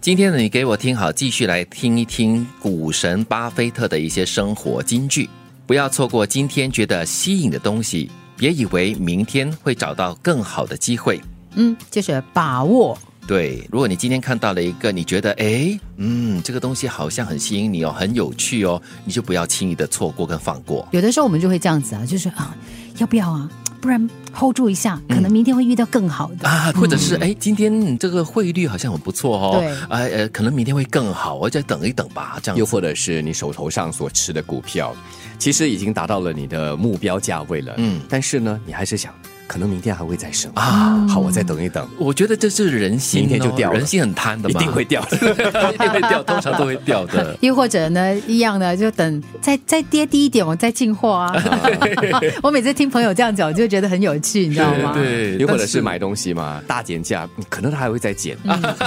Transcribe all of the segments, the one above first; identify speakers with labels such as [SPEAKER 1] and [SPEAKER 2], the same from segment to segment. [SPEAKER 1] 今天呢，你给我听好，继续来听一听股神巴菲特的一些生活金句，不要错过今天觉得吸引的东西，别以为明天会找到更好的机会。
[SPEAKER 2] 嗯，就是把握。
[SPEAKER 1] 对，如果你今天看到了一个你觉得诶，嗯，这个东西好像很吸引你哦，很有趣哦，你就不要轻易的错过跟放过。
[SPEAKER 2] 有的时候我们就会这样子啊，就是啊，要不要啊？不然 hold 住一下，可能明天会遇到更好 的。
[SPEAKER 1] 啊，或者是哎，今天这个汇率好像很不错哦，
[SPEAKER 2] 对
[SPEAKER 1] 啊呃，可能明天会更好，我再等一等吧，这样
[SPEAKER 3] 又
[SPEAKER 1] 子。
[SPEAKER 3] 或者是你手头上所持的股票，其实已经达到了你的目标价位了，
[SPEAKER 1] 嗯
[SPEAKER 3] 嗯，但是呢，你还是想，可能明天还会再升啊，
[SPEAKER 1] 啊，
[SPEAKER 3] 好，我再等一等，
[SPEAKER 1] 我觉得这是人心、哦，
[SPEAKER 3] 明天就掉了
[SPEAKER 1] 人心很贪的
[SPEAKER 3] 一
[SPEAKER 1] 嘛，
[SPEAKER 3] 定会掉 的。
[SPEAKER 1] 一定会掉，通常都会掉 的。
[SPEAKER 2] 又或者呢，一样的，就等再再跌低一点，我再进货 啊。我每次听朋友这样讲，我就觉得很有趣，你知道吗？
[SPEAKER 1] 对
[SPEAKER 3] 又或者
[SPEAKER 1] 但
[SPEAKER 3] 是买东西嘛，大减价，嗯可能它还会再减，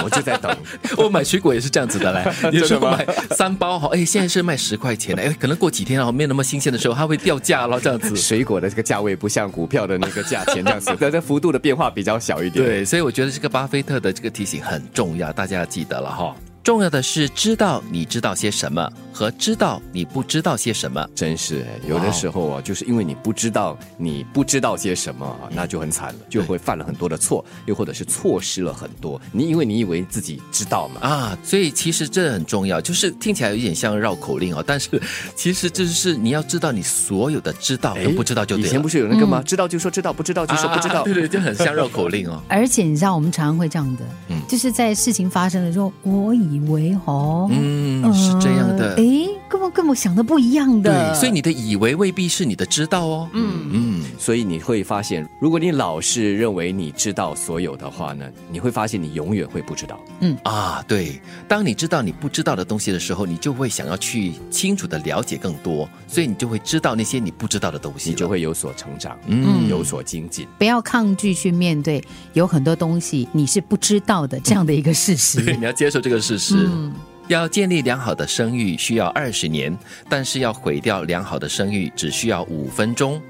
[SPEAKER 3] 我就在等。
[SPEAKER 1] 我买水果也是这样子的 嘞，有时
[SPEAKER 3] 真的
[SPEAKER 1] 候
[SPEAKER 3] 吗
[SPEAKER 1] 买三包哈，哎，现在是卖十块钱的，哎，可能过几天啊，没有那么新鲜的时候，它会掉价了，这样 子。
[SPEAKER 3] 水果的这个价位不像股票的那个价钱这样子，但这幅度的变化比较小一点。
[SPEAKER 1] 对，所以我觉得这个巴菲特的这个提醒很重要，大家要记得了哈。重要的是知道你知道些什么和知道你不知道些什么。
[SPEAKER 3] 真是哎有的时候啊，就是因为你不知道你不知道些什么啊，那就很惨了，就会犯了很多的错，又或者是错失了很多。你因为你以为自己知道嘛，
[SPEAKER 1] 啊，所以其实这很重要，就是听起来有点像绕口令哦，但是其实这就是你要知道你所有的知道
[SPEAKER 3] 哎
[SPEAKER 1] 跟不知道就
[SPEAKER 3] 以
[SPEAKER 1] 对
[SPEAKER 3] 前
[SPEAKER 1] 了
[SPEAKER 3] 不。是有那个吗？知道就说知道，不知道就说不知
[SPEAKER 1] 啊
[SPEAKER 3] 道
[SPEAKER 1] 对。对，就很像绕口令哦。
[SPEAKER 2] 而且你知道，我们常常会这样的，
[SPEAKER 1] 嗯
[SPEAKER 2] 就是在事情发生的时候，我以为哦，
[SPEAKER 1] 嗯，是这样的。
[SPEAKER 2] 诶，根本跟我想的不一样的，
[SPEAKER 1] 对，所以你的以为未必是你的知道哦。
[SPEAKER 2] 哎嗯，
[SPEAKER 1] 嗯，
[SPEAKER 3] 所以你会发现，如果你老是认为你知道所有的话呢，你会发现你永远会不知道。
[SPEAKER 1] 啊，对，当你知道你不知道的东西的时候，你就会想要去清楚的了解更多，所以你就会知道那些你不知道的东西
[SPEAKER 3] 你
[SPEAKER 1] 了，
[SPEAKER 3] 就会有所成长，
[SPEAKER 1] 嗯
[SPEAKER 3] 嗯，有所精进。
[SPEAKER 2] 不要抗拒去面对，有很多东西你是不知道的这样的一个事
[SPEAKER 1] 对，
[SPEAKER 2] 实。
[SPEAKER 1] 你要接受这个事实。要建立良好的声誉需要二十年，但是要毁掉良好的声誉只需要五分钟。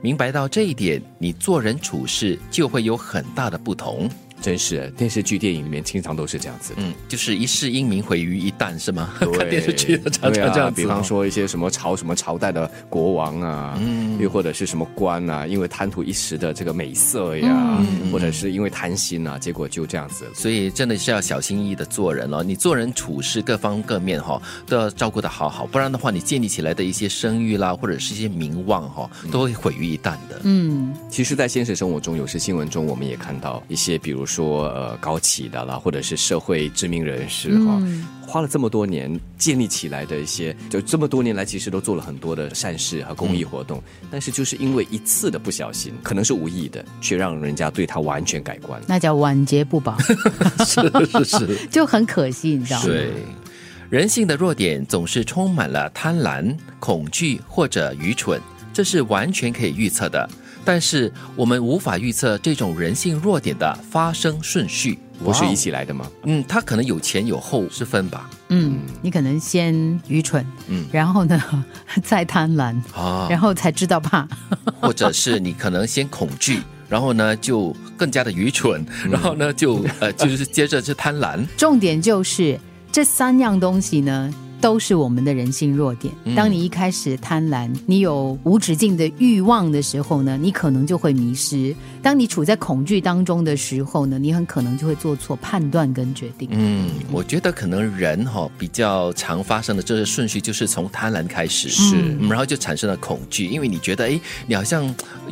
[SPEAKER 1] 明白到这一点，你做人处事就会有很大的不同。
[SPEAKER 3] 真是电视剧、电影里面经常都是这样子。
[SPEAKER 1] 嗯，就是一世英名毁于一旦，是吗？
[SPEAKER 3] 对
[SPEAKER 1] 看电视剧都常
[SPEAKER 3] 对
[SPEAKER 1] 常
[SPEAKER 3] 啊
[SPEAKER 1] 这样子哦、
[SPEAKER 3] 比方说一些什么朝什么朝代的国王啊，
[SPEAKER 1] 嗯
[SPEAKER 3] 又或者是什么官啊，因为贪图一时的这个美色呀，
[SPEAKER 1] 嗯
[SPEAKER 3] 或者是因为贪心啊，结果就这样子。
[SPEAKER 1] 所以真的是要小心翼翼的做人了。你做人处事各方各面哈、都要照顾的好好，不然的话，你建立起来的一些声誉啦，或者是一些名望哈、
[SPEAKER 3] 嗯
[SPEAKER 1] 都会毁于一旦的。
[SPEAKER 2] 嗯，
[SPEAKER 3] 其实，在现实生活中，有时新闻中我们也看到一些，比如说呃高企的啦，或者是社会知名人士哈、
[SPEAKER 1] 嗯
[SPEAKER 3] 花了这么多年建立起来的一些，就这么多年来其实都做了很多的善事和公益活动，但是就是因为一次的不小心，可能是无意的，却让人家对他完全改观。
[SPEAKER 2] 那叫晚节 不保，
[SPEAKER 1] 是是是。
[SPEAKER 2] 就很可惜，你知道吗？
[SPEAKER 1] 对，人性的弱点总是充满了贪婪、恐惧或者愚蠢，这是完全可以预测的。但是我们无法预测这种人性弱点的发生顺序。
[SPEAKER 3] 不是
[SPEAKER 1] 哇哦
[SPEAKER 3] 一起来的吗？
[SPEAKER 1] 嗯，他可能有前有后之分吧。
[SPEAKER 2] 嗯，你可能先愚蠢，
[SPEAKER 1] 嗯
[SPEAKER 2] 然后呢 再贪婪，
[SPEAKER 1] 啊
[SPEAKER 2] 然后才知道怕，
[SPEAKER 1] 或者是你可能先恐惧，然后呢就更加的愚蠢，然后呢就呃就是接着是贪婪。
[SPEAKER 2] 重点就是这三样东西呢，都是我们的人性弱点。
[SPEAKER 1] 嗯
[SPEAKER 2] 当你一开始贪婪，你有无止境的欲望的时候呢，你可能就会迷失；当你处在恐惧当中的时候呢，你很可能就会做错判断跟决定。
[SPEAKER 1] 嗯，我觉得可能人哈、比较常发生的这个顺序就是从贪婪开始，
[SPEAKER 2] 是
[SPEAKER 1] 嗯然后就产生了恐惧，因为你觉得哎，你好像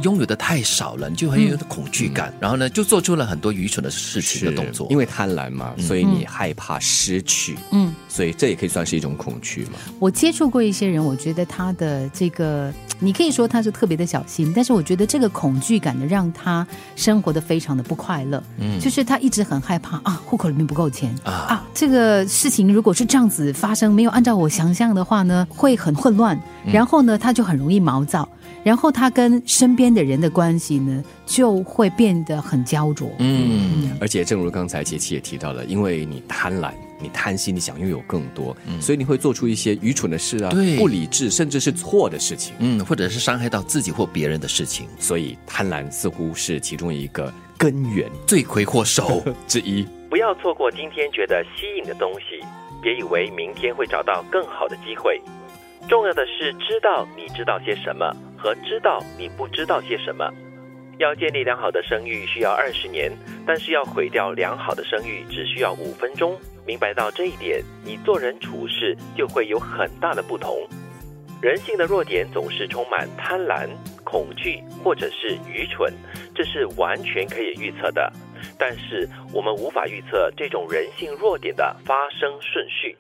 [SPEAKER 1] 拥有的太少了，你就很有恐惧感，然后呢就做出了很多愚蠢的事情的动作。嗯
[SPEAKER 3] 因
[SPEAKER 1] 为
[SPEAKER 3] 为贪婪嘛，所以你害怕失去，
[SPEAKER 2] 嗯
[SPEAKER 3] 嗯，所以这也可以算是一种恐惧嘛。
[SPEAKER 2] 我接触过一些人，我觉得他的这个，你可以说他是特别的小心，但是我觉得这个恐惧感呢，让他生活的非常的不快乐。嗯，就是他一直很害怕啊，户口里面不够钱啊这个事情如果是这样子发生，没有按照我想象的话呢，会很混乱。然后呢，他就很容易毛躁，然后他跟身边的人的关系呢，就会变得很焦灼。
[SPEAKER 1] 嗯，
[SPEAKER 3] 而且，正如刚才杰奇也提到了，因为你贪婪，你贪心，你想拥有更多，所以你会做出一些愚蠢的事啊，
[SPEAKER 1] 嗯对
[SPEAKER 3] 不理智，甚至是错的事情。
[SPEAKER 1] 嗯，或者是伤害到自己或别人的事情，
[SPEAKER 3] 所以，贪婪似乎是其中一个根源
[SPEAKER 1] 罪魁祸首。
[SPEAKER 3] 之一。
[SPEAKER 4] 不要不要错过今天觉得吸引的东西，别以为明天会找到更好的机会。重要的是知道你知道些什么和知道你不知道些什么。要建立良好的声誉需要二十年，但是要毁掉良好的声誉只需要五分钟。明白到这一点，你做人处事就会有很大的不同。人性的弱点总是充满贪婪、恐惧或者是愚蠢，这是完全可以预测的。但是我们无法预测这种人性弱点的发生顺序，